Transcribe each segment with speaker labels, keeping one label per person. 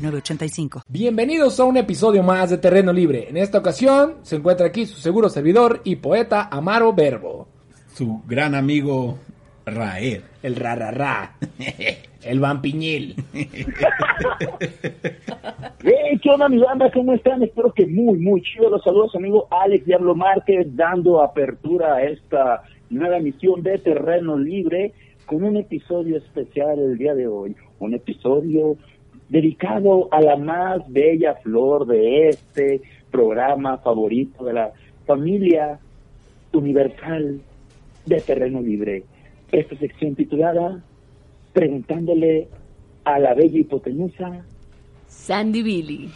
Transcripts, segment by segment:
Speaker 1: 985.
Speaker 2: Bienvenidos a un episodio más de Terreno Libre. En esta ocasión se encuentra aquí su seguro servidor y poeta Amaro Verbo.
Speaker 3: Su gran amigo Raer.
Speaker 2: El rarará. El vampiñil.
Speaker 4: Hey, Eh, ¿qué onda, mi banda? ¿Cómo están? Espero que muy, muy chido. Los saludos, amigo Alex Diablo Márquez, dando apertura a esta nueva emisión de Terreno Libre con un episodio especial el día de hoy. Un episodio dedicado a la más bella flor de este programa favorito de la familia universal de Terreno Libre. Esta sección titulada Preguntándole a la bella hipotenusa
Speaker 5: Sandy Billy.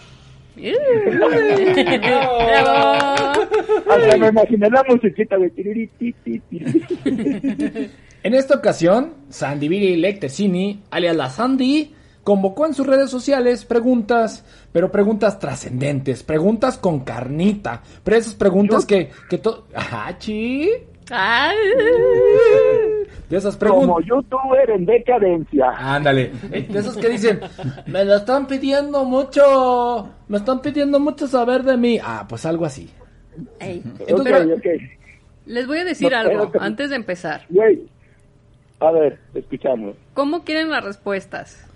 Speaker 4: Hasta me imaginé la musiquita de
Speaker 2: En esta ocasión, Sandy Billy Lectesini, alias la Sandy, convocó en sus redes sociales preguntas, pero preguntas trascendentes, preguntas con carnita, pero esas preguntas
Speaker 4: ¿Yo?
Speaker 2: que, que to- Ajá, chi.
Speaker 5: Ay.
Speaker 2: De esas
Speaker 4: Como
Speaker 2: preguntas.
Speaker 4: youtuber en decadencia.
Speaker 2: Ándale, de esas que dicen, me lo están pidiendo mucho, me están pidiendo mucho saber de mí. Ah, pues algo así.
Speaker 5: Ey,
Speaker 4: Ok,
Speaker 5: pero
Speaker 4: ok.
Speaker 5: les voy a decir
Speaker 4: No,
Speaker 5: algo
Speaker 4: espérate.
Speaker 5: antes de empezar.
Speaker 4: Güey. A ver, escuchamos.
Speaker 5: ¿Cómo quieren las respuestas?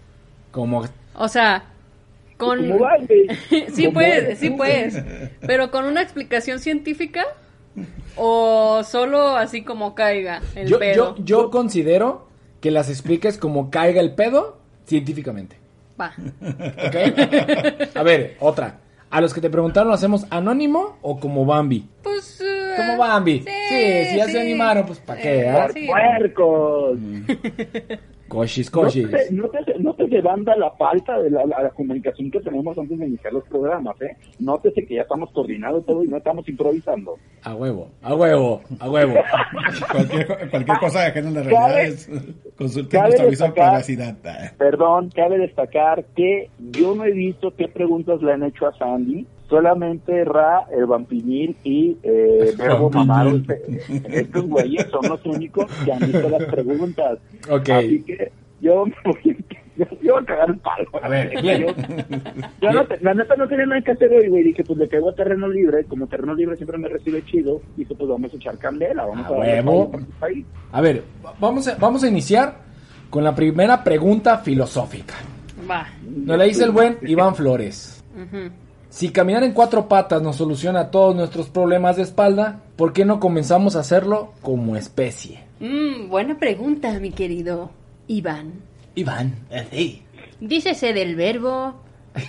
Speaker 2: Como,
Speaker 5: O sea, con...
Speaker 4: ¿Cómo va, güey?
Speaker 5: sí
Speaker 4: ¿Cómo va?
Speaker 5: pues, sí pues. Pero con una explicación científica o solo así como caiga el
Speaker 2: yo,
Speaker 5: pedo.
Speaker 2: yo, yo considero que las expliques como caiga el pedo científicamente.
Speaker 5: Va.
Speaker 2: ¿Ok? A ver, otra. A los que te preguntaron, ¿lo hacemos anónimo o como Bambi?
Speaker 5: Pues... eh,
Speaker 2: Como Bambi. Sí, si ya se animaron, pues, ¿pa' qué, ah?
Speaker 5: sí.
Speaker 4: Puercos.
Speaker 2: Coshis,
Speaker 4: No
Speaker 2: coshis.
Speaker 4: te, no, te, no te levanta la falta de la, la- la comunicación que tenemos antes de iniciar los programas, ¿eh? Nótese que ya estamos coordinados todo y no estamos improvisando.
Speaker 2: A huevo, a huevo, a huevo.
Speaker 3: Cualquier, cualquier cosa que no la realidad
Speaker 4: Cabe-
Speaker 3: es consulten
Speaker 4: cabe
Speaker 3: nuestro aviso de
Speaker 4: destacar-
Speaker 3: privacidad.
Speaker 4: Perdón, cabe destacar que yo no he visto qué preguntas le han hecho a Sandy. Solamente Ra, el vampiñín y eh, Verbo
Speaker 3: Vampiñín.
Speaker 4: Mamado. este, Estos güeyes son los únicos que han hecho las preguntas.
Speaker 2: Ok.
Speaker 4: Así que yo me voy yo- yo voy a cagar el palo.
Speaker 2: A ver, bien.
Speaker 4: Yo, yo no te- la neta no tenía nada que hacer hoy, güey. Dije, pues le caigo a terreno libre. Como terreno libre siempre me recibe chido. Dije, pues vamos a echar candela. Vamos
Speaker 2: A
Speaker 4: a, darle
Speaker 2: huevo.
Speaker 4: palo a mi país.
Speaker 2: A ver, va- vamos a, vamos a iniciar con la primera pregunta filosófica.
Speaker 5: Va.
Speaker 2: Nos la hizo el buen Iván Flores.
Speaker 5: Ujú.
Speaker 2: Si caminar en cuatro patas nos soluciona todos nuestros problemas de espalda, ¿por qué no comenzamos a hacerlo como especie?
Speaker 5: Mm, buena pregunta, mi querido Iván.
Speaker 2: Iván.
Speaker 5: Dícese del verbo.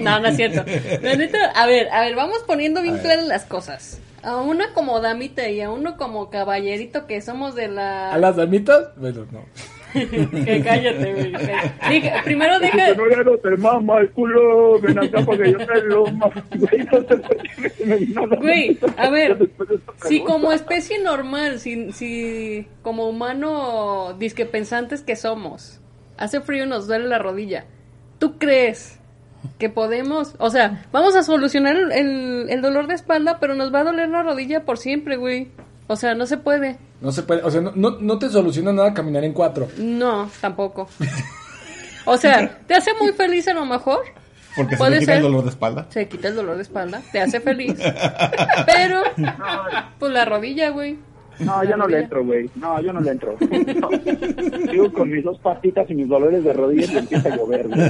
Speaker 5: no, no es cierto. La neta, a ver, a ver, vamos poniendo bien claras las cosas. A una como damita y a uno como caballerito que somos de la.
Speaker 2: ¿A las damitas? Bueno, no.
Speaker 5: que cállate, güey. Deja- primero deja.
Speaker 4: Dije, no, ya no te mama el culo. Ven acá porque yo te lo mamo. Güey, no sé por qué me vino la
Speaker 5: Güey,
Speaker 4: mente
Speaker 5: a ver,
Speaker 4: después de esta
Speaker 5: si
Speaker 4: pregunta.
Speaker 5: como especie normal, si, si como humano disque pensantes que somos, hace frío y nos duele la rodilla, ¿tú crees que podemos? O sea, vamos a solucionar el, el- el dolor de espalda, pero nos va a doler la rodilla por siempre, güey. O sea, no se puede.
Speaker 2: No se puede, o sea, no, no, no te soluciona nada caminar en cuatro.
Speaker 5: No, tampoco. O sea, te hace muy feliz a lo mejor,
Speaker 3: Porque se
Speaker 5: ¿Puede
Speaker 3: le quita el
Speaker 5: ser?
Speaker 3: dolor de espalda.
Speaker 5: se quita el dolor de espalda, te hace feliz, pero pues la rodilla, güey.
Speaker 4: No, yo no le entro, güey. No, yo no le entro. No. Sigo con mis dos patitas y mis dolores de rodillas y empieza a llover, güey.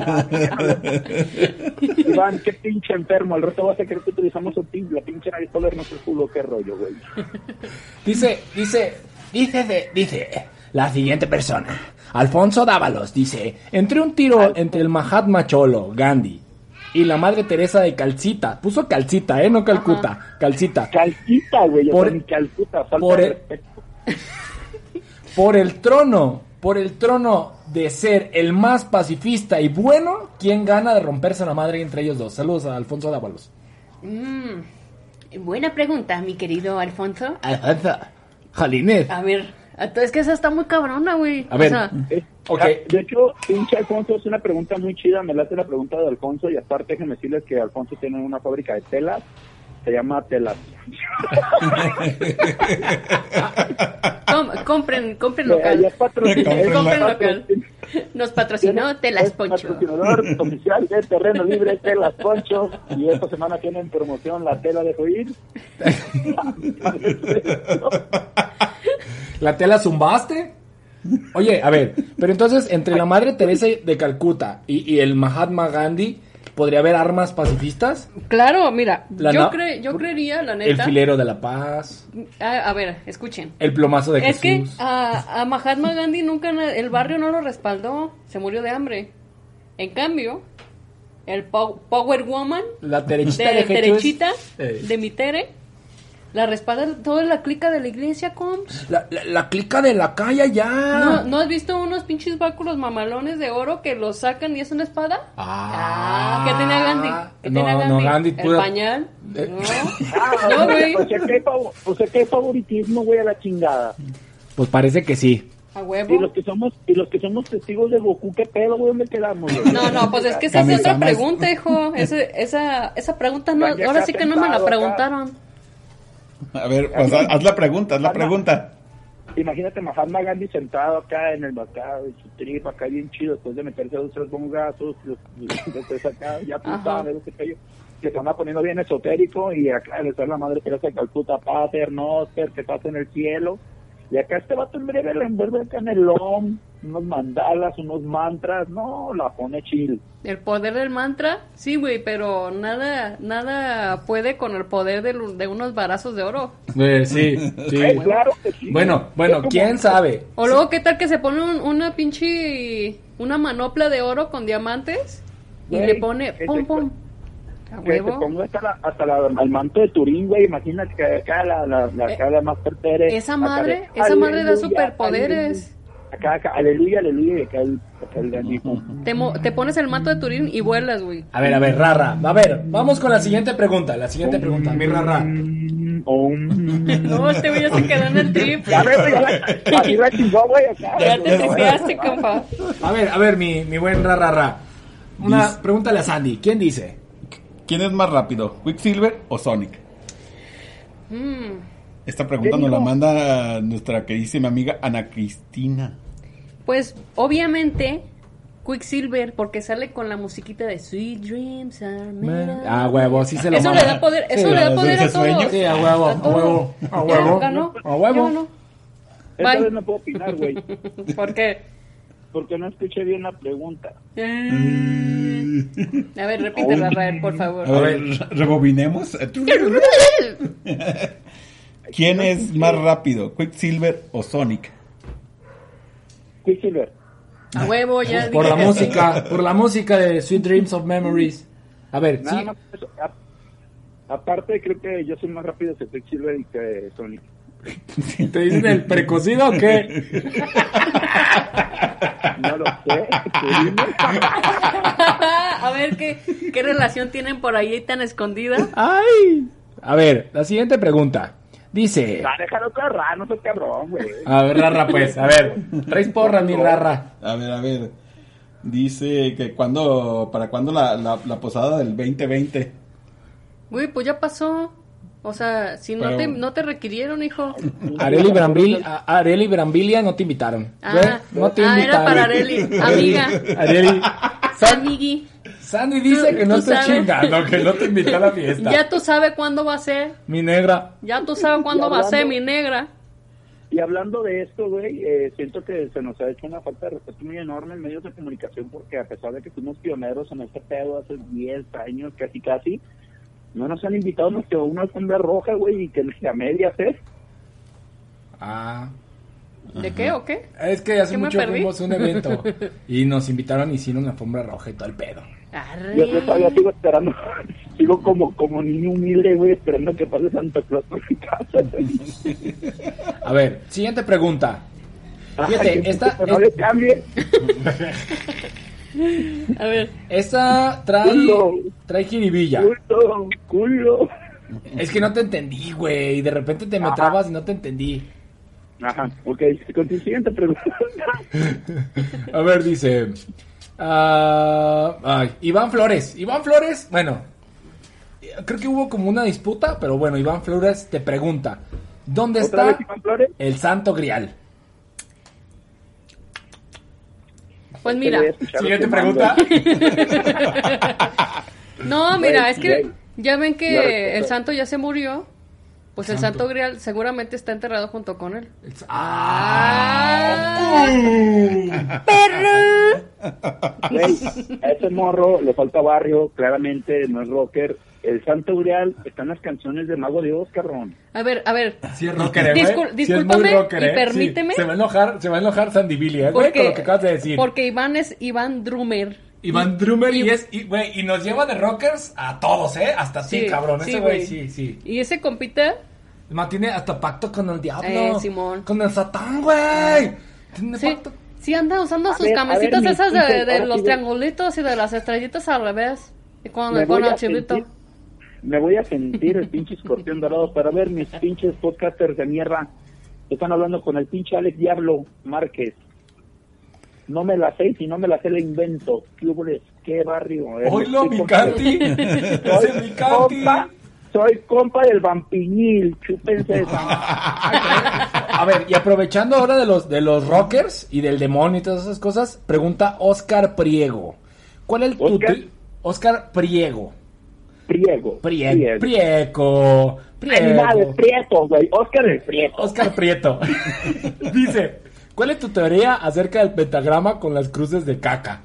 Speaker 4: Iván, qué pinche enfermo. Al rato vas a creer que utilizamos un pin- la pinche nariz para vernos el culo. Qué rollo, güey.
Speaker 2: Dice, dice, dice, de- dice la siguiente persona. Alfonso Dávalos dice, entre un tiro entre el Mahatma Cholo, Gandhi, y la Madre Teresa de Calcita, puso Calcita, ¿eh? No Calcuta, Calcita.
Speaker 4: Calcita, güey.
Speaker 2: Por- e-
Speaker 4: Por... Calcita, falta
Speaker 2: por
Speaker 4: de
Speaker 2: el-
Speaker 4: respeto.
Speaker 2: Por el trono por el trono de ser el más pacifista y bueno, ¿quién gana de romperse la madre entre ellos dos? Saludos a Alfonso Dávalos.
Speaker 5: Mm, buena pregunta, mi querido Alfonso.
Speaker 2: Alfonso. Jalines.
Speaker 5: A ver, es que esa está muy cabrona, güey.
Speaker 2: A ver.
Speaker 5: O sea,
Speaker 4: Es-
Speaker 2: Ok.
Speaker 4: ah, De hecho, pinche Alfonso es una pregunta muy chida. Me la hace la pregunta de Alfonso. Y aparte, déjenme decirles que Alfonso tiene una fábrica de telas. Se llama Telas.
Speaker 5: com- compren, compren
Speaker 4: Ella
Speaker 5: local.
Speaker 4: es patrocinadora-
Speaker 3: Compren
Speaker 4: es
Speaker 5: Compren
Speaker 4: patrocin-
Speaker 5: local. Nos patrocinó Telas
Speaker 4: es
Speaker 5: Poncho.
Speaker 4: patrocinador oficial de Terreno Libre Telas Poncho. Y esta semana tienen promoción la tela de Joir.
Speaker 2: ¿La tela zumbaste? Oye, a ver, pero entonces entre la Madre Teresa de Calcuta y, y el Mahatma Gandhi, ¿podría haber armas pacifistas?
Speaker 5: Claro, mira,
Speaker 2: La
Speaker 5: yo,
Speaker 2: na-
Speaker 5: cre- yo creería, la
Speaker 2: El
Speaker 5: neta.
Speaker 2: filero de la paz,
Speaker 5: a, a ver, escuchen.
Speaker 2: el plomazo de
Speaker 5: Es que
Speaker 2: Jesús.
Speaker 5: a, a Mahatma Gandhi nunca na- el barrio no lo respaldó, se murió de hambre. En cambio, el pow- Power Woman
Speaker 2: La terechita de,
Speaker 5: de
Speaker 2: Jesús.
Speaker 5: Terechita,
Speaker 2: Eh,
Speaker 5: de mi Tere, la respalda toda la clica de la iglesia, comps.
Speaker 2: La, la- la clica de la calle ya.
Speaker 5: ¿No, ¿No has visto unos pinches báculos mamalones de oro que los sacan y es una espada?
Speaker 2: Ah.
Speaker 5: ¿Qué tenía Gandhi? ¿Qué
Speaker 2: No,
Speaker 5: tenía Gandhi?
Speaker 2: no, Gandhi,
Speaker 5: ¿El
Speaker 2: pura-
Speaker 5: pañal?
Speaker 2: Eh.
Speaker 5: No, no, güey.
Speaker 4: O sea, que hay fav- o sea, que hay pues, favoritismo, güey, a la chingada.
Speaker 2: Pues parece que sí.
Speaker 5: A
Speaker 4: Y los
Speaker 5: huevo.
Speaker 4: que somos, y los que somos testigos de Goku, ¿qué pedo, güey? ¿Dónde quedamos, güey?
Speaker 5: No, no, pues es que esa es otra
Speaker 3: Kami-sama es-
Speaker 5: pregunta, hijo. Ese- esa, esa pregunta no,
Speaker 4: Vaya,
Speaker 5: ahora sí que no me la
Speaker 4: atentado acá.
Speaker 5: preguntaron.
Speaker 3: A ver, pues haz haz la pregunta, haz la pregunta.
Speaker 4: Imagínate Mahatma Gandhi sentado acá en el mercado, en su tripa acá bien chido, después de meterse dos tres bongazos, los- los- después acá, ya
Speaker 5: Ajá.
Speaker 4: apuntado, ver ese pello, que se anda poniendo bien esotérico y acá le está la madre Teresa de Calcuta, Pater, Noster, que pasa en el cielo. Y acá este vato en breve le envuelve acá en el OM, unos mandalas, unos mantras, no, la pone chill.
Speaker 5: El poder del mantra, sí, güey, pero nada nada puede con el poder de, lu- de unos barazos de oro.
Speaker 2: Eh, sí, sí.
Speaker 4: Eh, claro que sí.
Speaker 2: Bueno, bueno, quién sabe.
Speaker 5: O luego, ¿qué tal que se pone un- una pinche. una manopla de oro con diamantes y
Speaker 4: Güey,
Speaker 5: le pone
Speaker 4: ese-
Speaker 5: pum pum? A
Speaker 4: Que te
Speaker 5: huevo.
Speaker 4: pongo hasta, la, hasta la- el manto de Turín, güey. Imagínate que acá la, la, la, acá la Master Pérez.
Speaker 5: Eh, Esa
Speaker 4: acá
Speaker 5: madre,
Speaker 4: de,
Speaker 5: esa madre da
Speaker 4: "Aleluya,
Speaker 5: superpoderes.
Speaker 4: aleluya". Acá, acá, aleluya, aleluya. y Acá el, acá el ganijo.
Speaker 5: Te, mo- te pones el manto de Turín y vuelas, güey.
Speaker 2: A ver, a ver, Rara. A ver, vamos con la siguiente pregunta. La siguiente pregunta, mi Rara.
Speaker 4: Mm, om.
Speaker 5: No, este güey ya se quedó en el trip.
Speaker 4: Ya ves, güey, ya- así la chingó, güey. acá.
Speaker 5: Ya te tripeaste, compa.
Speaker 2: A ver, a ver, mi, mi buen Rara. Ra. Una,
Speaker 3: Dice-
Speaker 2: pregúntale a Sandy. ¿Quién dice?
Speaker 3: ¿Quién es más rápido, Quicksilver o Sonic?
Speaker 5: Mm,
Speaker 3: Esta pregunta
Speaker 4: ¿Qué
Speaker 3: nos la
Speaker 4: dijo?
Speaker 3: manda nuestra queridísima amiga Ana Cristina.
Speaker 5: Pues, obviamente, Quicksilver, porque sale con la musiquita de Sweet Dreams Are Made of-
Speaker 2: Ah, huevo, sí se lo
Speaker 5: Eso
Speaker 2: mama.
Speaker 5: le da poder, eso
Speaker 2: Sí,
Speaker 5: le da
Speaker 3: los
Speaker 5: poder a
Speaker 3: dulces
Speaker 5: todo.
Speaker 3: sueños.
Speaker 2: Sí, a huevo, a huevo, a huevo.
Speaker 5: ganó.
Speaker 2: A huevo.
Speaker 5: Ya ganó.
Speaker 4: Esta
Speaker 5: Bye.
Speaker 4: vez no puedo opinar, güey.
Speaker 5: ¿Por qué?
Speaker 4: Porque no escuché bien la pregunta.
Speaker 2: Mm.
Speaker 5: A ver, repítela, Rael, por favor.
Speaker 3: A ver, re- rebobinemos. ¿Quién es más rápido, Quicksilver o Sonic?
Speaker 4: Quicksilver.
Speaker 5: A huevo, ya
Speaker 2: Por la
Speaker 5: dije que sí.
Speaker 2: música, por la música de Sweet Dreams of Memories. A ver,
Speaker 4: Nada
Speaker 2: sí.
Speaker 4: más eso. A- Aparte, creo que yo soy más rápido que Quicksilver y que Sonic.
Speaker 2: ¿Te dicen el precocido o qué?
Speaker 4: No lo sé. tú dime.
Speaker 5: A ver, ¿qué, ¿qué relación tienen por ahí tan escondida?
Speaker 2: ¡Ay! A ver, la siguiente pregunta. Dice.
Speaker 4: Va, déjalo cerrar, no soy cabrón, güey.
Speaker 2: A ver, Rara, pues, a ver. Traes porras, mi Rara.
Speaker 3: A ver, a ver. Dice que cuando, para cuándo la, la, la posada del 2020.
Speaker 5: Güey, pues ya pasó. O sea, si no,
Speaker 3: Pero-
Speaker 5: te, no te requirieron, hijo.
Speaker 2: Areli Brambil, a- Areli Brambilia no te invitaron. ¿Ve?
Speaker 5: Ah,
Speaker 2: No te
Speaker 5: ah, era
Speaker 2: invitaron.
Speaker 5: para Areli, amiga.
Speaker 2: Areli. San-
Speaker 5: Amigui,
Speaker 2: Sandy dice
Speaker 5: Tú-
Speaker 2: que no
Speaker 5: tú
Speaker 2: estoy
Speaker 5: sabes.
Speaker 2: chingando, que no te invitó a la fiesta.
Speaker 5: ya tú sabes cuándo va a ser.
Speaker 2: Mi negra.
Speaker 5: Ya tú sabes cuándo va a ser, mi negra.
Speaker 4: Y hablando de esto, güey, eh, siento que se nos ha hecho una falta de respeto muy enorme en medios de comunicación porque a pesar de que fuimos pioneros en este pedo hace 10 años, casi casi, no nos han invitado más que a una alfombra roja, güey, y que a medias, ¿eh?
Speaker 2: Ah.
Speaker 5: ¿De qué o qué?
Speaker 2: Es que hace
Speaker 5: ¿Qué me
Speaker 2: mucho
Speaker 5: perdí?
Speaker 2: fuimos a un evento y nos invitaron y hicieron una alfombra roja y todo el pedo.
Speaker 5: Arre.
Speaker 4: Yo yo todavía sigo esperando, sigo como, como niño humilde, güey, esperando que pase Santa Claus por mi casa. güey.
Speaker 2: A ver, siguiente pregunta. Fíjate,
Speaker 4: Ay, que
Speaker 2: esta-
Speaker 4: no le cambie.
Speaker 5: A ver,
Speaker 2: Esta trae,
Speaker 4: Culo.
Speaker 2: trae jiribilla.
Speaker 4: Culo, culo.
Speaker 2: Es que no te entendí, güey. De repente te me
Speaker 4: Ajá.
Speaker 2: trabas y no te entendí.
Speaker 4: Ajá, ok, con tu siguiente pregunta.
Speaker 2: A ver, dice. ah, ay, Iván Flores. Iván Flores, bueno. Creo que hubo como una disputa, pero bueno, Iván Flores te pregunta: ¿Dónde
Speaker 4: ¿Otra
Speaker 2: está
Speaker 4: vez Iván Flores?
Speaker 2: el santo grial?
Speaker 5: pues
Speaker 4: Te
Speaker 5: mira.
Speaker 4: voy a escuchar
Speaker 2: Siguiente
Speaker 4: lo que mando.
Speaker 2: pregunta.
Speaker 5: No, mira,
Speaker 4: Güey,
Speaker 5: es que
Speaker 4: güey.
Speaker 5: ya ven
Speaker 4: Claro,
Speaker 5: que el
Speaker 4: claro.
Speaker 5: santo ya se murió. Pues el santo grial seguramente está enterrado junto con él. Ah.
Speaker 2: El ¡Ah! s- ah,
Speaker 4: Güey, a ese morro le falta barrio, claramente no es rocker. El Santo Grial están las canciones de Mago Dios, cabrón.
Speaker 5: A ver, a ver.
Speaker 2: sí es rocker, ¿eh, güey?
Speaker 5: Discul-
Speaker 2: Sí es muy
Speaker 5: discúlpame
Speaker 2: rocker,
Speaker 5: y
Speaker 2: ¿eh? Sí,
Speaker 5: permíteme.
Speaker 2: se va a enojar, se va a enojar Sandy Billy, ¿eh, güey, con lo que
Speaker 5: Porque,
Speaker 2: acabas de decir.
Speaker 5: porque Iván es Iván Drummer.
Speaker 2: Iván Drummer y es, y, güey, y nos lleva de rockers a todos, ¿eh? Hasta sí, cabrón. ese güey, sí, sí.
Speaker 5: Y ese compita,
Speaker 2: Mantiene hasta pacto con el diablo.
Speaker 5: Eh, Simón. Ah.
Speaker 2: Con el satán, güey. Tiene
Speaker 5: sí,
Speaker 2: pacto.
Speaker 5: sí anda usando
Speaker 4: A
Speaker 5: sus
Speaker 4: ver, a
Speaker 5: camisitas
Speaker 4: ver,
Speaker 5: esas
Speaker 4: mi
Speaker 5: de,
Speaker 4: Twitter,
Speaker 5: de
Speaker 4: ahora sí,
Speaker 5: los
Speaker 4: güey.
Speaker 5: triangulitos y de las estrellitas al revés. Y cuando
Speaker 4: Me
Speaker 5: le
Speaker 4: voy
Speaker 5: pone al
Speaker 4: a
Speaker 5: chivito.
Speaker 4: sentir- Me voy a sentir el pinche escorpión dorado para ver mis pinches podcasters de mierda. Están hablando con el pinche Alex Diablo Márquez. No me la sé y si no me la sé la invento. ¿Qué, hubo les? ¿Qué barrio? Eh, me
Speaker 2: Hola,
Speaker 4: estoy
Speaker 2: mi
Speaker 4: con-
Speaker 2: Canti. Ese mi
Speaker 4: Soy
Speaker 2: Canti.
Speaker 4: compa, soy compa del vampiñil. Chúpense esa.
Speaker 2: A ver, y aprovechando ahora de los, de los rockers y del demonio y todas esas cosas, pregunta Oscar Priego. ¿Cuál es tu...
Speaker 4: ¿Oscar?
Speaker 2: tri- Oscar Priego.
Speaker 4: Priego.
Speaker 2: Priego. Priego.
Speaker 4: Animales,
Speaker 2: Priego.
Speaker 4: prietos, güey. Oscar el prieto.
Speaker 2: Oscar Prieto. Dice, ¿cuál es tu teoría acerca del pentagrama con las cruces de caca?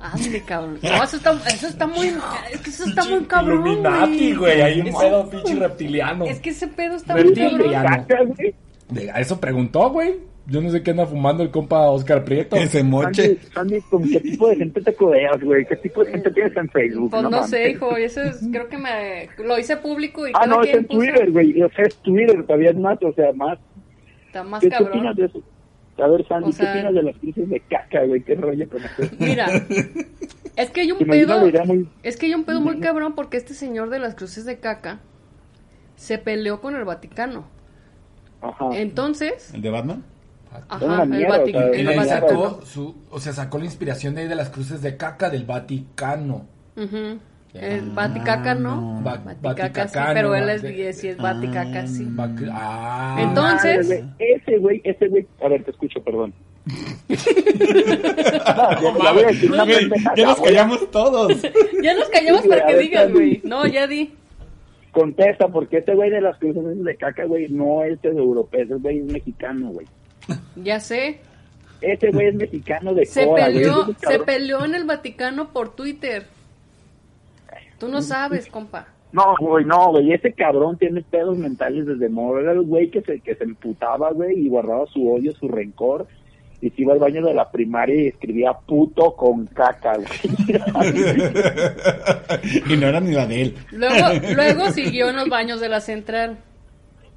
Speaker 5: Ande, cabrón. No, eso está, eso está muy. Es que eso está muy cabrón.
Speaker 2: Illuminati,
Speaker 5: güey.
Speaker 2: güey. Hay un
Speaker 5: Eso-
Speaker 2: pedo pinche reptiliano.
Speaker 5: Es que ese pedo está muy
Speaker 2: Reptil,
Speaker 5: cabrón.
Speaker 2: ya. Priano.
Speaker 4: Caca, güey.
Speaker 2: De- a eso preguntó, güey. Yo no sé qué anda fumando el compa Oscar Prieto.
Speaker 3: Que se
Speaker 4: Sandy,
Speaker 3: moche.
Speaker 4: Sandy, ¿con qué tipo de gente te codeas, güey? ¿Qué tipo de gente tienes en Facebook?
Speaker 5: Pues no
Speaker 4: mames.
Speaker 5: sé, hijo. Eso es, creo que me. Lo hice público y
Speaker 4: Ah,
Speaker 5: cada
Speaker 4: no, es
Speaker 5: quien
Speaker 4: en
Speaker 5: puso.
Speaker 4: Twitter, güey. O sea, es Twitter, todavía es más, o sea, más.
Speaker 5: Está más
Speaker 4: ¿Qué, qué
Speaker 5: cabrón.
Speaker 4: opinas de eso? A ver, Sandy,
Speaker 5: O sea-
Speaker 4: ¿qué opinas de las crisis de caca, güey? ¿Qué rollo con eso?
Speaker 5: Mira, es que hay un
Speaker 4: Imagino
Speaker 5: pedo.
Speaker 4: lo irá muy-
Speaker 5: Es que hay un pedo muy cabrón porque este señor de las cruces de caca se peleó con el Vaticano.
Speaker 4: Ajá.
Speaker 5: Entonces,
Speaker 3: ¿El de Batman?
Speaker 4: Era Ah.
Speaker 5: ajá,
Speaker 4: una
Speaker 5: el,
Speaker 4: mierda,
Speaker 5: Vatic-
Speaker 4: o sea,
Speaker 5: el
Speaker 2: Él
Speaker 4: una
Speaker 2: ahí
Speaker 4: mierda,
Speaker 5: Vaticano.
Speaker 2: sacó su, o sea, sacó la inspiración de ahí de las cruces de caca del Vaticano.
Speaker 5: Ujú. El Vaticaca no. Ah,
Speaker 2: Va-
Speaker 5: Vaticaca Ah, sí,
Speaker 2: Vaticacano,
Speaker 5: pero él es,
Speaker 2: Vati-
Speaker 5: sí es Vaticaca sí.
Speaker 2: Va- ah.
Speaker 5: Entonces-
Speaker 4: Madre, güey, ese güey, ese güey. A ver, te escucho, perdón. No, ya- ya voy a decir una
Speaker 3: Güey,
Speaker 4: pendejada,
Speaker 3: ya nos
Speaker 4: güey.
Speaker 3: callamos todos.
Speaker 5: Ya nos callamos
Speaker 4: Sí,
Speaker 5: para
Speaker 4: a
Speaker 5: que
Speaker 4: ver,
Speaker 5: digas,
Speaker 4: Sandy.
Speaker 5: güey. No, ya di.
Speaker 4: Contesta, porque este güey de las cruces de caca, güey, no es de europeo, ese güey es mexicano, güey.
Speaker 5: Ya sé.
Speaker 4: Ese güey es mexicano de
Speaker 5: Se
Speaker 4: Cora, güey.
Speaker 5: peleó,
Speaker 4: Ese
Speaker 5: se
Speaker 4: cabrón-
Speaker 5: peleó en el Vaticano por Twitter. Tú
Speaker 2: Mm,
Speaker 5: no sabes, compa.
Speaker 4: No, güey, no, güey, ese cabrón tiene pedos mentales desde morro. Era el güey que se, que se emputaba, güey, y guardaba su odio, su rencor. Y se iba al baño de la primaria y escribía puto con caca, güey.
Speaker 3: y no era ni la de él.
Speaker 5: Luego, luego siguió en los baños de la central.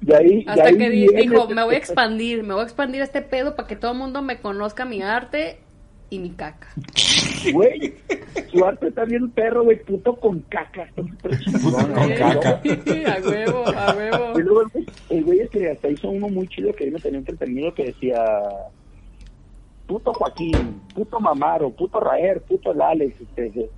Speaker 4: De ahí, de
Speaker 5: Hasta
Speaker 4: ahí
Speaker 5: que di-
Speaker 4: viene
Speaker 5: dijo,
Speaker 2: este
Speaker 4: ese-
Speaker 5: me voy a expandir, me voy a expandir este pedo para que todo el mundo me conozca mi arte y mi caca.
Speaker 4: Güey, su arte está bien perro, güey, puto con caca. está súper chingón,
Speaker 3: Con
Speaker 4: güey.
Speaker 3: caca.
Speaker 5: a huevo, a huevo.
Speaker 4: Y luego el güey- el güey es que hasta hizo uno muy chido que a mí me tenía entretenido que decía puto Joaquín, puto Mamaro, puto Raer, puto el Alex, este, este,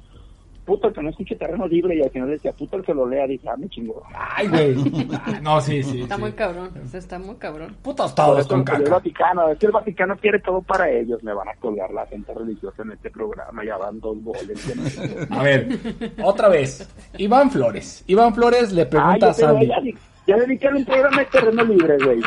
Speaker 4: puto el que no escuche terreno libre y al final decía puto el que lo lea, dije, ah, me chingó.
Speaker 2: Ay, güey. Ah, No, sí, sí.
Speaker 5: Está
Speaker 2: sí.
Speaker 5: muy cabrón, o sea, está muy cabrón.
Speaker 2: Putos
Speaker 4: Por
Speaker 2: todos
Speaker 4: eso
Speaker 2: con
Speaker 4: lo peleó el
Speaker 2: caca.
Speaker 4: Vaticano, es que el Vaticano quiere todo para ellos, me van a colgar la gente religiosa en este programa, ya van dos goles. ya no sé.
Speaker 2: A ver, otra vez. Iván Flores. Iván Flores le
Speaker 4: Ay,
Speaker 2: pregunta a
Speaker 4: ese güey
Speaker 2: Sandy.
Speaker 4: ya, di- ya dedicaron un programa de terreno libre, güey.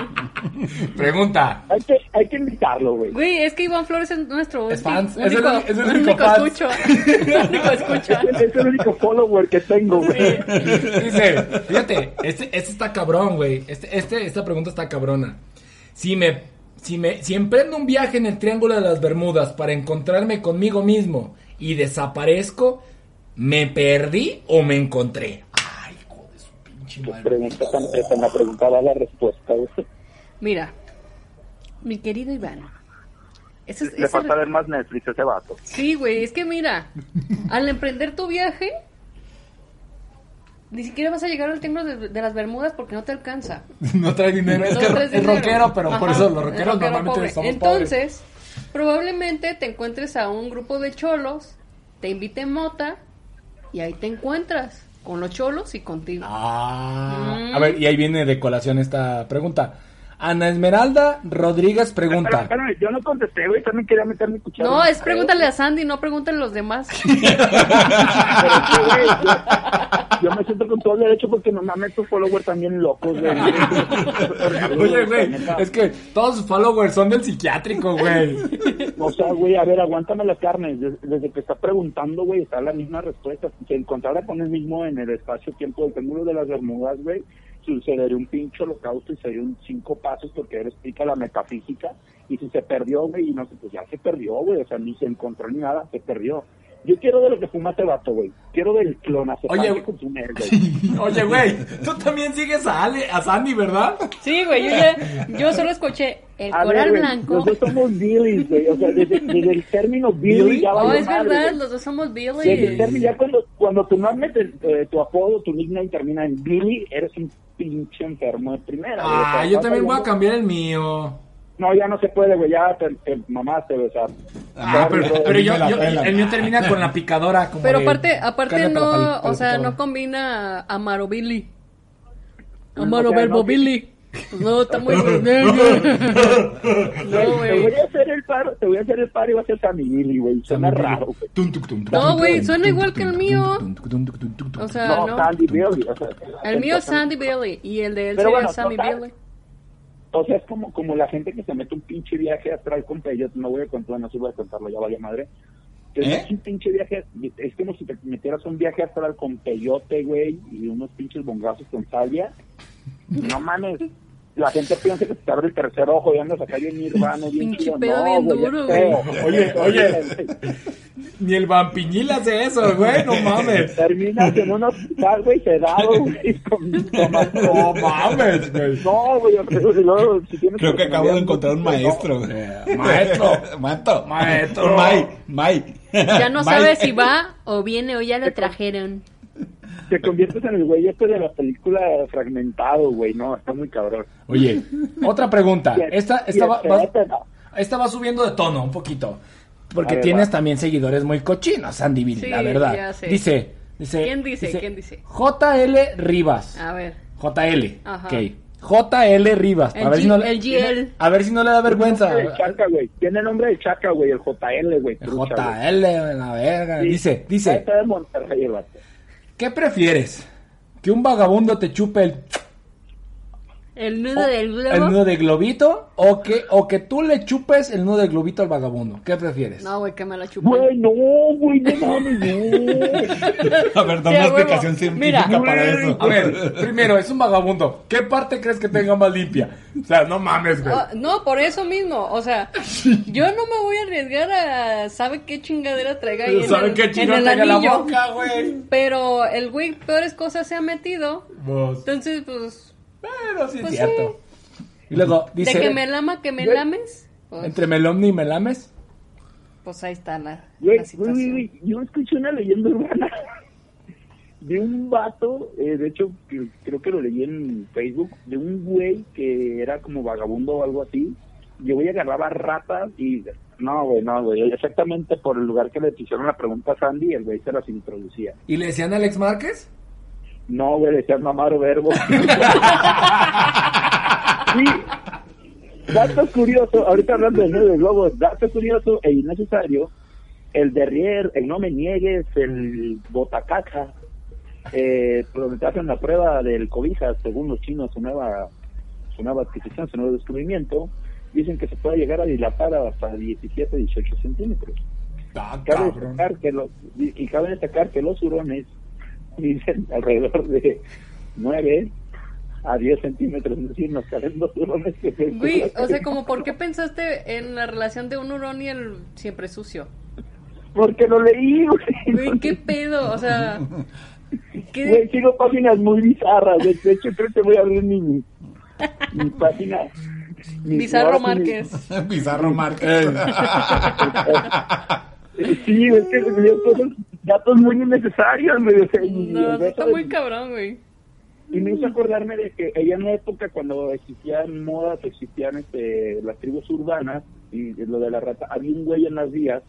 Speaker 2: Pregunta.
Speaker 4: Hay que, hay que invitarlo, güey.
Speaker 5: Güey, es que Iván Flores es nuestro
Speaker 2: Es
Speaker 5: ulti-
Speaker 2: fans, es
Speaker 5: único,
Speaker 2: el- es el único fans.
Speaker 5: escucho. el único escucha.
Speaker 4: Es, el único follower que tengo, güey.
Speaker 2: Dice, fíjate, este, este está cabrón, güey. Este, este, esta pregunta está cabrona. Si me, si me, si emprendo un viaje en el Triángulo de las Bermudas para encontrarme conmigo mismo y desaparezco, ¿me perdí o me encontré? Ay, hijo de su pinche madre.
Speaker 4: Pregunta tan tan la pregunta da la respuesta, güey.
Speaker 5: Mira, mi querido Iván, Ese es-
Speaker 4: Le
Speaker 5: ese-
Speaker 4: falta ver más Netflix a ese vato.
Speaker 5: Sí, güey, es que mira, al emprender tu viaje, ni siquiera vas a llegar al templo de, de las Bermudas porque no te alcanza.
Speaker 2: No trae dinero. Es
Speaker 5: No
Speaker 2: que es
Speaker 5: traes dinero.
Speaker 2: rockero, pero por
Speaker 5: Ajá,
Speaker 2: eso los
Speaker 5: es
Speaker 2: rockeros
Speaker 5: rockero
Speaker 2: normalmente
Speaker 5: pobre.
Speaker 2: somos pobres.
Speaker 5: Entonces, probablemente te encuentres a un grupo de cholos, te inviten mota y ahí te encuentras con los cholos y contigo.
Speaker 2: Ah.
Speaker 5: Mm.
Speaker 2: A ver, y ahí viene de colación esta pregunta. Ana Esmeralda Rodríguez
Speaker 4: Pero,
Speaker 2: pregunta.
Speaker 4: espérame, yo no contesté, güey. También quería meter mi cuchara.
Speaker 5: no, es pregúntale a Sandy, no pregúntale a los demás.
Speaker 4: Pero es que, güey, yo, yo me siento con todo el derecho porque no mames tus followers también locos, güey.
Speaker 2: Oye, güey, es que todos sus followers son del psiquiátrico, güey.
Speaker 4: O sea, güey, a ver, aguántame las carnes. Des- Desde que está preguntando, güey, está la misma respuesta. Si se encontrara con el mismo en el espacio-tiempo del Triángulo de las Bermudas, güey, sucedería un pincho holocausto y sería un cinco pasos porque él explica la metafísica. Y si se perdió, güey, y no sé, pues ya se perdió, güey. O sea, ni se encontró ni nada, se perdió. Yo quiero de lo que fumaste, vato, güey. Quiero del clonazepam
Speaker 2: Oye,
Speaker 4: que consumir, güey.
Speaker 2: Oye, güey, tú también sigues a Ale, a Sandy, ¿verdad?
Speaker 5: Sí, güey, yo, ya- yo solo escuché el
Speaker 4: A ver,
Speaker 5: coral
Speaker 4: güey,
Speaker 5: blanco.
Speaker 4: Los dos somos Billys, güey. O sea, desde, desde el término Billy,
Speaker 2: Billy.
Speaker 4: ya
Speaker 5: No,
Speaker 4: valió
Speaker 5: Oh, es
Speaker 4: madre,
Speaker 5: verdad,
Speaker 4: güey.
Speaker 5: los dos somos
Speaker 4: Sí, el
Speaker 5: Billy.
Speaker 4: término, ya cuando, cuando tu nombre, te- eh, tu apodo, tu nickname termina en Billy, eres un pinche enfermo de primera. güey. O sea,
Speaker 2: Ah, yo
Speaker 4: estás
Speaker 2: también voy a
Speaker 4: hablando-
Speaker 2: cambiar el mío.
Speaker 4: No, ya no se puede, güey, ya te, te mamaste, güey, o sea.
Speaker 2: Ah, pero,
Speaker 4: bro,
Speaker 2: pero
Speaker 3: me
Speaker 2: yo,
Speaker 3: la
Speaker 2: yo-
Speaker 3: pelan.
Speaker 2: el mío termina con la picadora. Como
Speaker 5: Pero
Speaker 2: de
Speaker 5: aparte, aparte
Speaker 2: carne para la
Speaker 5: no,
Speaker 2: pal-
Speaker 5: o sea,
Speaker 2: picadora.
Speaker 5: no combina Amaro Billy.
Speaker 4: O
Speaker 5: Amaro
Speaker 4: sea,
Speaker 5: Verbo
Speaker 4: no-
Speaker 5: Billy. No, está muy No,
Speaker 4: Te voy
Speaker 5: güey.
Speaker 4: a hacer el paro, te voy a hacer el paro y va a ser Sammy Billy, güey, suena raro, güey.
Speaker 5: No, güey, suena igual que el mío. O sea,
Speaker 4: No,
Speaker 5: Ah, no.
Speaker 4: Sandy Billy, o sea.
Speaker 5: El mío es Sandy Billy y el de él
Speaker 4: Pero
Speaker 5: sería
Speaker 4: bueno,
Speaker 5: Sammy
Speaker 4: total.
Speaker 5: Billy.
Speaker 4: O sea, es como, como la gente que se mete un pinche viaje astral con yo no voy a contar, no se voy a contarlo, ya vaya madre. Que
Speaker 3: ¿Eh?
Speaker 4: Es un pinche viaje, es como si te metieras un viaje astral con peyote, güey, y unos pinches bongazos con salvia. No mames. La gente piensa que te abre el tercer ojo y andas acá bien nirvana, bien
Speaker 5: Pinche
Speaker 4: chido.
Speaker 5: pedo
Speaker 4: No,
Speaker 5: bien
Speaker 4: güey,
Speaker 5: duro,
Speaker 4: es feo.
Speaker 2: Oye, oye. Ni el vampiñil hace eso, güey, no mames.
Speaker 4: Terminas en un hospital, güey, sedado, güey, con, con
Speaker 2: No mames, güey.
Speaker 4: No, güey, y luego, si tienes
Speaker 3: Creo que acabo de
Speaker 4: personalidad,
Speaker 3: encontrar un
Speaker 4: no,
Speaker 3: maestro.
Speaker 2: Eh, maestro.
Speaker 3: Mato.
Speaker 2: Maestro.
Speaker 3: May. May.
Speaker 5: Ya no
Speaker 3: May.
Speaker 5: sabe si va o viene o ya lo trajeron.
Speaker 4: Te conviertes en el güey este de la película fragmentado, güey. No, está muy cabrón.
Speaker 2: Oye, otra pregunta.
Speaker 4: Y el-
Speaker 2: Esta,
Speaker 4: y
Speaker 2: esta,
Speaker 4: el
Speaker 2: va,
Speaker 4: pedote,
Speaker 2: va-
Speaker 4: no.
Speaker 2: esta va subiendo de tono un poquito. Porque
Speaker 4: A ver,
Speaker 2: tienes
Speaker 4: va.
Speaker 2: también seguidores muy cochinos, Sandy Bill,
Speaker 5: Sí,
Speaker 2: la verdad.
Speaker 5: ya sé.
Speaker 2: Dice, dice.
Speaker 5: ¿Quién dice? ¿Quién dice?
Speaker 2: JL Rivas.
Speaker 5: A ver.
Speaker 2: JL.
Speaker 5: Ajá.
Speaker 2: Ok. JL Rivas.
Speaker 5: El
Speaker 2: a, ver
Speaker 5: G-
Speaker 2: si no le,
Speaker 5: el GL.
Speaker 2: a ver si no le da vergüenza.
Speaker 4: Tiene nombre de Chaca, güey. Tiene nombre de Chaca, güey. El JL, güey. trucha, güey.
Speaker 2: JL, la verga.
Speaker 4: Sí.
Speaker 2: Dice,
Speaker 4: Ahí
Speaker 2: dice.
Speaker 4: Está de Monterrey, el vato.
Speaker 2: ¿Qué prefieres? ¿Que un vagabundo te chupe el,
Speaker 5: El nudo
Speaker 4: Oh.
Speaker 5: del
Speaker 2: el nudo
Speaker 5: globo.
Speaker 2: de globito? ¿O que, ¿O que tú le chupes el nudo de globito al vagabundo? ¿Qué prefieres?
Speaker 5: No, güey, que me la chupen.
Speaker 4: Güey, no, güey, no mames, no.
Speaker 3: A ver, dame
Speaker 5: Sí, a
Speaker 3: una
Speaker 5: huevo.
Speaker 3: explicación científica
Speaker 5: Mira.
Speaker 3: para eso.
Speaker 2: A ver, primero, es un vagabundo. ¿Qué parte crees que tenga más limpia? O sea, no mames, güey.
Speaker 5: Ah, no, por eso mismo. O sea, yo no me voy a arriesgar a. ¿Sabe qué chingadera traiga ahí? en
Speaker 2: ¿Saben
Speaker 5: el-
Speaker 2: qué chingón
Speaker 5: en el
Speaker 2: tenga la
Speaker 5: anillo?
Speaker 2: boca, güey?
Speaker 5: Pero el güey, peores cosas se ha metido.
Speaker 2: Vos.
Speaker 5: Entonces, pues.
Speaker 2: Pero sí es
Speaker 5: Pues
Speaker 2: cierto. Y luego dice,
Speaker 5: de que me lama, que me lames. Pues,
Speaker 2: entre Melomni y Melames,
Speaker 5: pues ahí está la,
Speaker 4: Güey,
Speaker 5: la
Speaker 4: güey,
Speaker 5: situación.
Speaker 4: güey, güey, yo escuché una leyenda urbana de un vato, eh, de hecho, que- creo que lo leí en Facebook, de un güey que era como vagabundo o algo así. Yo voy agarraba ratas y. No, güey, no, güey. Exactamente por el lugar que le pusieron la pregunta a Sandy, el güey se las introducía.
Speaker 2: y le decían Alex Márquez.
Speaker 4: No, güey, decías mamar o verbo. Sí. Dato curioso, ahorita hablando de nudo de globo, dato curioso e innecesario, el derrier, el no me niegues, el botacaca, eh, donde te hacen la prueba del cobija, según los chinos, su nueva, su nueva adquisición, su nuevo descubrimiento, dicen que se puede llegar a dilatar hasta 17, 18 centímetros.
Speaker 2: Ah,
Speaker 4: Cabe
Speaker 2: cabrón.
Speaker 4: destacar que los, y cabe destacar que los hurones dicen alrededor de 9 a 10 centímetros, es decir, nos caen dos hurones que se-
Speaker 5: Güey, o sea, como, ¿por qué pensaste en la relación de un hurón y el siempre sucio?
Speaker 4: Porque lo leí, güey.
Speaker 5: Güey, qué pedo, o sea. ¿qué-
Speaker 4: Güey, sigo páginas muy bizarras, de de hecho creo que voy a abrir mi, mi página mi-
Speaker 5: Bizarro
Speaker 4: ahora sí, mi-
Speaker 5: Márquez.
Speaker 3: Bizarro Márquez.
Speaker 4: Sí, es que me dio cosas, datos muy innecesarios, me dice, y
Speaker 5: No,
Speaker 4: el
Speaker 5: sí está
Speaker 4: resto
Speaker 5: muy
Speaker 4: de-
Speaker 5: cabrón, güey.
Speaker 4: Y me hizo
Speaker 5: Mm.
Speaker 4: acordarme de que allá en la época cuando existían modas, existían este, las tribus urbanas y lo de la rata, había un güey en las vías,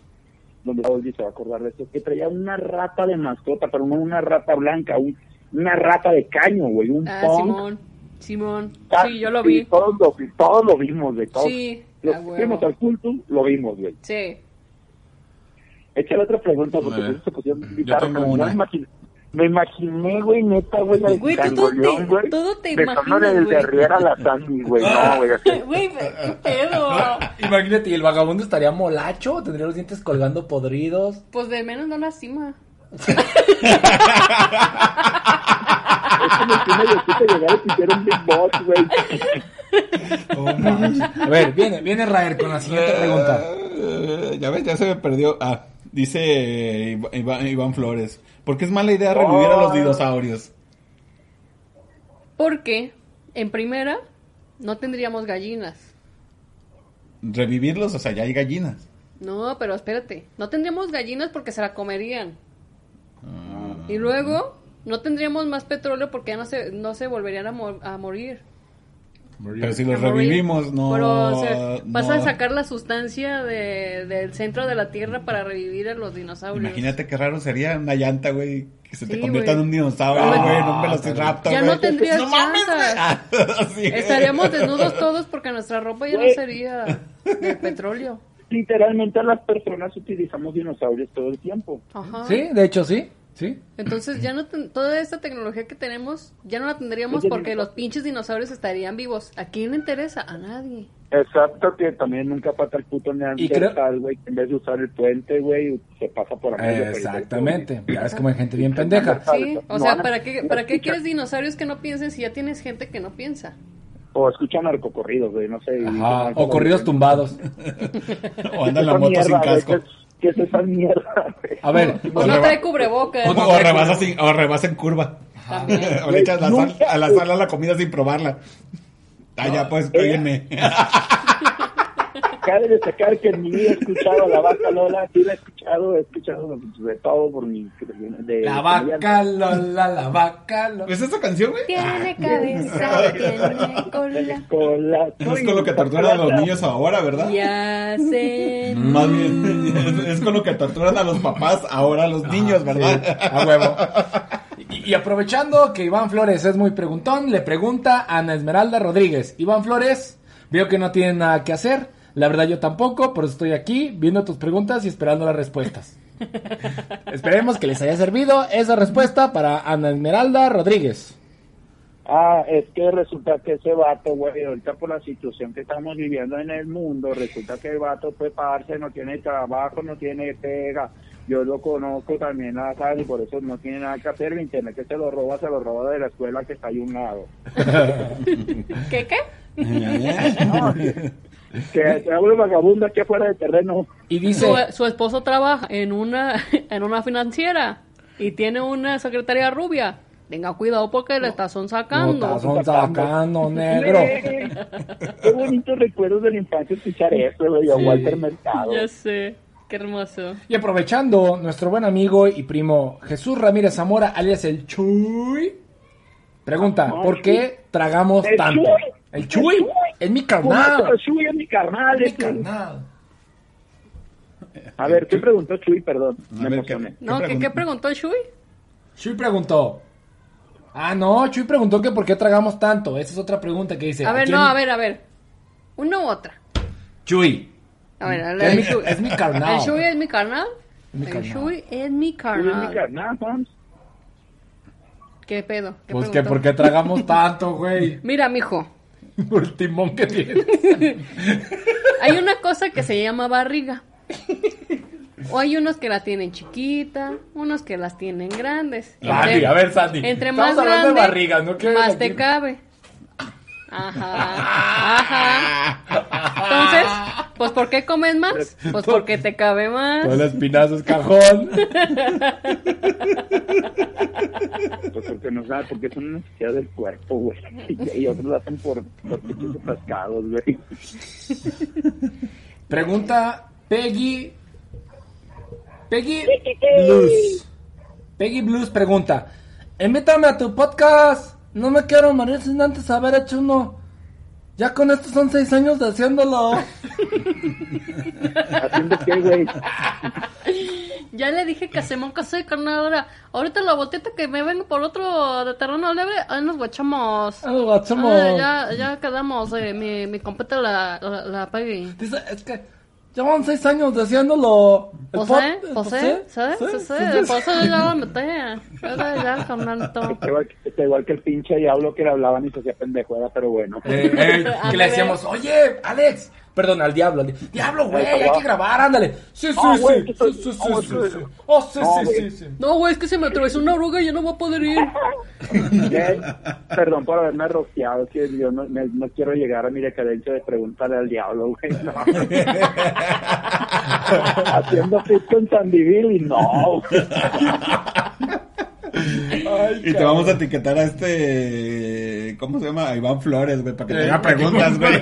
Speaker 4: donde Olgi se va a acordar de esto, que traía una rata de mascota, pero no una rata blanca, un- una rata de caño, güey, un
Speaker 5: Ah,
Speaker 4: punk.
Speaker 5: Simón. Simón.
Speaker 4: Ah,
Speaker 5: Sí, yo lo vi.
Speaker 4: Todos lo, todos lo vimos, de todos.
Speaker 5: Sí,
Speaker 4: Los
Speaker 5: a
Speaker 4: que
Speaker 5: huevo.
Speaker 4: fuimos al culto, lo vimos, güey.
Speaker 5: Sí.
Speaker 4: Échale otra pregunta, porque
Speaker 3: Eh,
Speaker 4: ustedes se pusieron
Speaker 3: yo
Speaker 4: bizarros,
Speaker 3: tengo
Speaker 4: pero no
Speaker 3: una.
Speaker 4: me imaginé- Me imaginé, güey, neta, güey, la de
Speaker 5: Güey, tú todo
Speaker 4: Changoleón,
Speaker 5: te-
Speaker 4: güey,
Speaker 5: todo te
Speaker 4: de
Speaker 5: imaginas,
Speaker 4: Sonora desde
Speaker 5: güey.
Speaker 4: Riera a la Sandy, güey, no, güey, así.
Speaker 5: Güey, qué pedo.
Speaker 2: Imagínate, y el vagabundo estaría molacho, tendría los dientes colgando podridos.
Speaker 5: Pues de menos no lastima.
Speaker 4: Es como si me dijiste llegar y te hiciera un big boss, güey.
Speaker 2: A ver, viene, viene Raer con la siguiente pregunta.
Speaker 3: Eh, ya ves, ya se me perdió. Ah, dice eh, Iva- Iván, Iván Flores. ¿Por qué es mala idea revivir a los dinosaurios?
Speaker 5: Porque, en primera, no tendríamos gallinas.
Speaker 3: Revivirlos, o sea, ya hay gallinas.
Speaker 5: No, pero espérate. No tendríamos gallinas porque se la comerían.
Speaker 3: Ah.
Speaker 5: Y luego, no tendríamos más petróleo porque ya no se, no se volverían a, mor- a morir.
Speaker 3: Pero si los
Speaker 5: A morir.
Speaker 3: revivimos, no.
Speaker 5: Pero o sea, vas a
Speaker 3: no.
Speaker 5: sacar la sustancia de- del centro de la tierra para revivir a los dinosaurios.
Speaker 3: Imagínate qué raro sería una llanta, güey, que se te
Speaker 5: Sí,
Speaker 3: convierta en
Speaker 5: güey.
Speaker 3: un dinosaurio,
Speaker 5: Ah,
Speaker 3: güey, en un velociraptor,
Speaker 5: Ya
Speaker 3: güey.
Speaker 5: no tendrías
Speaker 3: Pues, ¡No mames, güey!
Speaker 5: llantas.
Speaker 3: Así es.
Speaker 5: Estaríamos desnudos todos porque nuestra ropa ya no
Speaker 4: Güey.
Speaker 5: sería de petróleo.
Speaker 4: Literalmente las personas utilizamos dinosaurios todo el tiempo.
Speaker 5: Ajá.
Speaker 2: Sí, de hecho sí, sí.
Speaker 5: Entonces ya no ten- toda esta tecnología que tenemos ya no la tendríamos
Speaker 4: Oye,
Speaker 5: porque
Speaker 4: dime-
Speaker 5: los pinches dinosaurios estarían vivos. ¿A quién le interesa? A nadie.
Speaker 4: Exacto, que también nunca pasa el puto
Speaker 2: Y creo-
Speaker 4: neandertal, güey, que en vez de usar el puente, güey, se pasa por la media, pero-
Speaker 2: Exactamente. Ya ves como hay gente bien pendeja.
Speaker 5: Sí, o
Speaker 4: Ah, No,
Speaker 5: sea,
Speaker 4: Ana,
Speaker 5: ¿para qué para qué
Speaker 4: escucha.
Speaker 5: quieres dinosaurios que no piensen si ya tienes gente que no piensa?
Speaker 4: O escucha narcocorridos, güey, no sé. y-
Speaker 2: Ajá, o corridos tumbados.
Speaker 3: O anda en la
Speaker 4: Esa
Speaker 3: moto sin
Speaker 4: mierda, güey,
Speaker 3: casco.
Speaker 4: ¿Qué es qué es esa mierda? güey?
Speaker 2: A ver,
Speaker 5: O
Speaker 3: le
Speaker 5: no
Speaker 3: Pues va- Pues
Speaker 5: trae cubrebocas.
Speaker 3: O, o rebasa sin- o rebasa en curva.
Speaker 5: También.
Speaker 3: o le echas la sal,
Speaker 4: Nunca-
Speaker 3: a la sal a la comida sin probarla. Ah, ya, pues, péguenme.
Speaker 4: Cabe destacar que ni he escuchado a la vaca Lola, sí la he escuchado, he escuchado de todo por mi... De,
Speaker 2: la vaca Lola, la vaca Lola.
Speaker 3: ¿Es esa canción, güey?
Speaker 5: Tiene cabeza, tiene cola.
Speaker 4: Con la...
Speaker 3: No es con lo que torturan a
Speaker 4: Ah,
Speaker 3: los niños ahora, ¿verdad?
Speaker 5: Ya se
Speaker 3: Más bien, es con lo que torturan a los papás ahora a los niños, ¿verdad?
Speaker 2: A huevo. Y, y aprovechando que Iván Flores es muy preguntón, le pregunta a Ana Esmeralda Rodríguez. Iván Flores, veo que no tiene nada que hacer. La verdad yo tampoco, por eso estoy aquí viendo tus preguntas y esperando las respuestas. Esperemos que les haya servido esa respuesta para Ana Esmeralda Rodríguez.
Speaker 4: Ah, es que resulta que ese vato, güey, ahorita por la situación que estamos viviendo en el mundo, resulta que el vato fue parce, no tiene trabajo, no tiene pega. Yo lo conozco también, la sabe, y por eso no tiene nada que hacer. El internet que se lo roba, se lo roba de la escuela que está ahí a un lado.
Speaker 5: ¿Qué qué?
Speaker 4: Que se abre vagabundo aquí afuera del terreno.
Speaker 2: Y dice...
Speaker 5: Su, su esposo trabaja en una en una financiera y tiene una secretaria rubia. Tenga cuidado porque le están
Speaker 2: No,
Speaker 5: sacando.
Speaker 2: tazón sacando, negro.
Speaker 4: Eh, Qué bonitos recuerdos de la infancia escuchar eso, güey, a
Speaker 2: Sí.
Speaker 4: Walter Mercado.
Speaker 5: Ya sé, qué hermoso.
Speaker 2: Y aprovechando, nuestro buen amigo y primo Jesús Ramírez Zamora, alias el Chuy, pregunta, ¿por qué tragamos
Speaker 4: El
Speaker 2: tanto?
Speaker 4: Chuy.
Speaker 2: El Chuy, es mi
Speaker 4: Puta,
Speaker 2: carnal.
Speaker 4: Chuy es mi carnal.
Speaker 2: Mi
Speaker 4: este.
Speaker 2: carnal.
Speaker 4: A ver, ¿qué preguntó Chuy? Perdón,
Speaker 3: A
Speaker 4: me
Speaker 3: ver, ¿qué-
Speaker 4: emocioné.
Speaker 5: No, ¿qué,
Speaker 3: pregun-
Speaker 5: qué preguntó Shui?
Speaker 2: Chuy preguntó. Ah, no, Chuy preguntó que por qué tragamos tanto. Esa es otra pregunta que dice.
Speaker 5: A ver,
Speaker 2: quién-
Speaker 5: no, a ver, a ver. Una u otra.
Speaker 2: Chuy.
Speaker 5: A ver,
Speaker 2: Es
Speaker 5: el
Speaker 2: mi,
Speaker 5: Shui.
Speaker 2: Mm. es mi
Speaker 5: El Shui
Speaker 2: carnal.
Speaker 5: es mi carnal.
Speaker 2: mi
Speaker 5: El
Speaker 2: carnal.
Speaker 5: Shui es mi
Speaker 4: Chuy es mi
Speaker 5: carnal.
Speaker 4: carnal, Hans.
Speaker 5: ¿Qué pedo? ¿Qué
Speaker 2: Pues que
Speaker 5: preguntó?
Speaker 2: por qué tragamos tanto, güey.
Speaker 5: Mira, mijo.
Speaker 2: Por el timón que tiene.
Speaker 5: Hay una cosa que se llama barriga. O hay unos que la tienen chiquita, unos que las tienen grandes.
Speaker 2: Sandy, a ver, Sandy.
Speaker 5: Entre
Speaker 2: Estamos
Speaker 5: más
Speaker 2: hablando
Speaker 5: grande,
Speaker 2: de barrigas, no quiero
Speaker 5: más te
Speaker 2: decir-
Speaker 5: cabe. Ajá, ajá. Entonces, pues ¿por qué comes más? Pues porque te cabe más.
Speaker 2: Todo el espinazo es cajón.
Speaker 4: Pues porque no sabe, porque es una necesidad del cuerpo, güey. Y, y otros lo hacen por, por pinches atascados, güey.
Speaker 2: Pregunta Peggy. Peggy Blues. Peggy Blues pregunta: Invítame a tu podcast. No me quiero morir sin antes haber hecho uno. Ya con estos son seis años de haciéndolo.
Speaker 4: ¿Haciendo qué, güey?
Speaker 5: Ya le dije que hacemos caso de carnadora. Ahorita la botita que me vengo por otro de terreno libre, ahí nos guachamos.
Speaker 2: Ah, lo hacemos.
Speaker 5: Ah, ya, ya quedamos, eh, mi, mi competa la, la, la Peggy.
Speaker 2: Dice, es que llevan seis años haciéndolo. El
Speaker 5: Posé,
Speaker 2: pod-
Speaker 5: posé, ¿sabes?
Speaker 2: ¿Sí?
Speaker 5: Sí, sí,
Speaker 2: ¿Sí?
Speaker 5: por eso yo ya la metí. Ahora ya, carnalito.
Speaker 4: Está igual, que- está igual que el pinche diablo que le hablaban y se hacía pendejuera, pero bueno.
Speaker 2: Eh, eh, que le decíamos, oye, Alex, perdón, al diablo, al di- diablo, güey, hay que grabar, ándale. Sí, sí,
Speaker 4: No,
Speaker 2: sí,
Speaker 4: güey, que
Speaker 2: sí,
Speaker 4: estoy-
Speaker 2: sí, sí,
Speaker 4: no,
Speaker 2: sí,
Speaker 4: estoy-
Speaker 2: sí. Oh, sí,
Speaker 4: No,
Speaker 2: sí, sí,
Speaker 4: güey.
Speaker 2: sí.
Speaker 5: No, güey, es que se me atravesó una oruga y ya no voy a poder ir.
Speaker 4: Eh, Perdón por haberme rociado, es que yo no, me- no quiero llegar a mi decadencia de preguntarle al diablo, güey. no. Haciendo fisco en Sandivil y no, güey.
Speaker 3: Y te vamos a etiquetar a este. ¿Cómo se llama? A Iván Flores, güey, para que te
Speaker 2: Eh,
Speaker 3: haga preguntas, güey.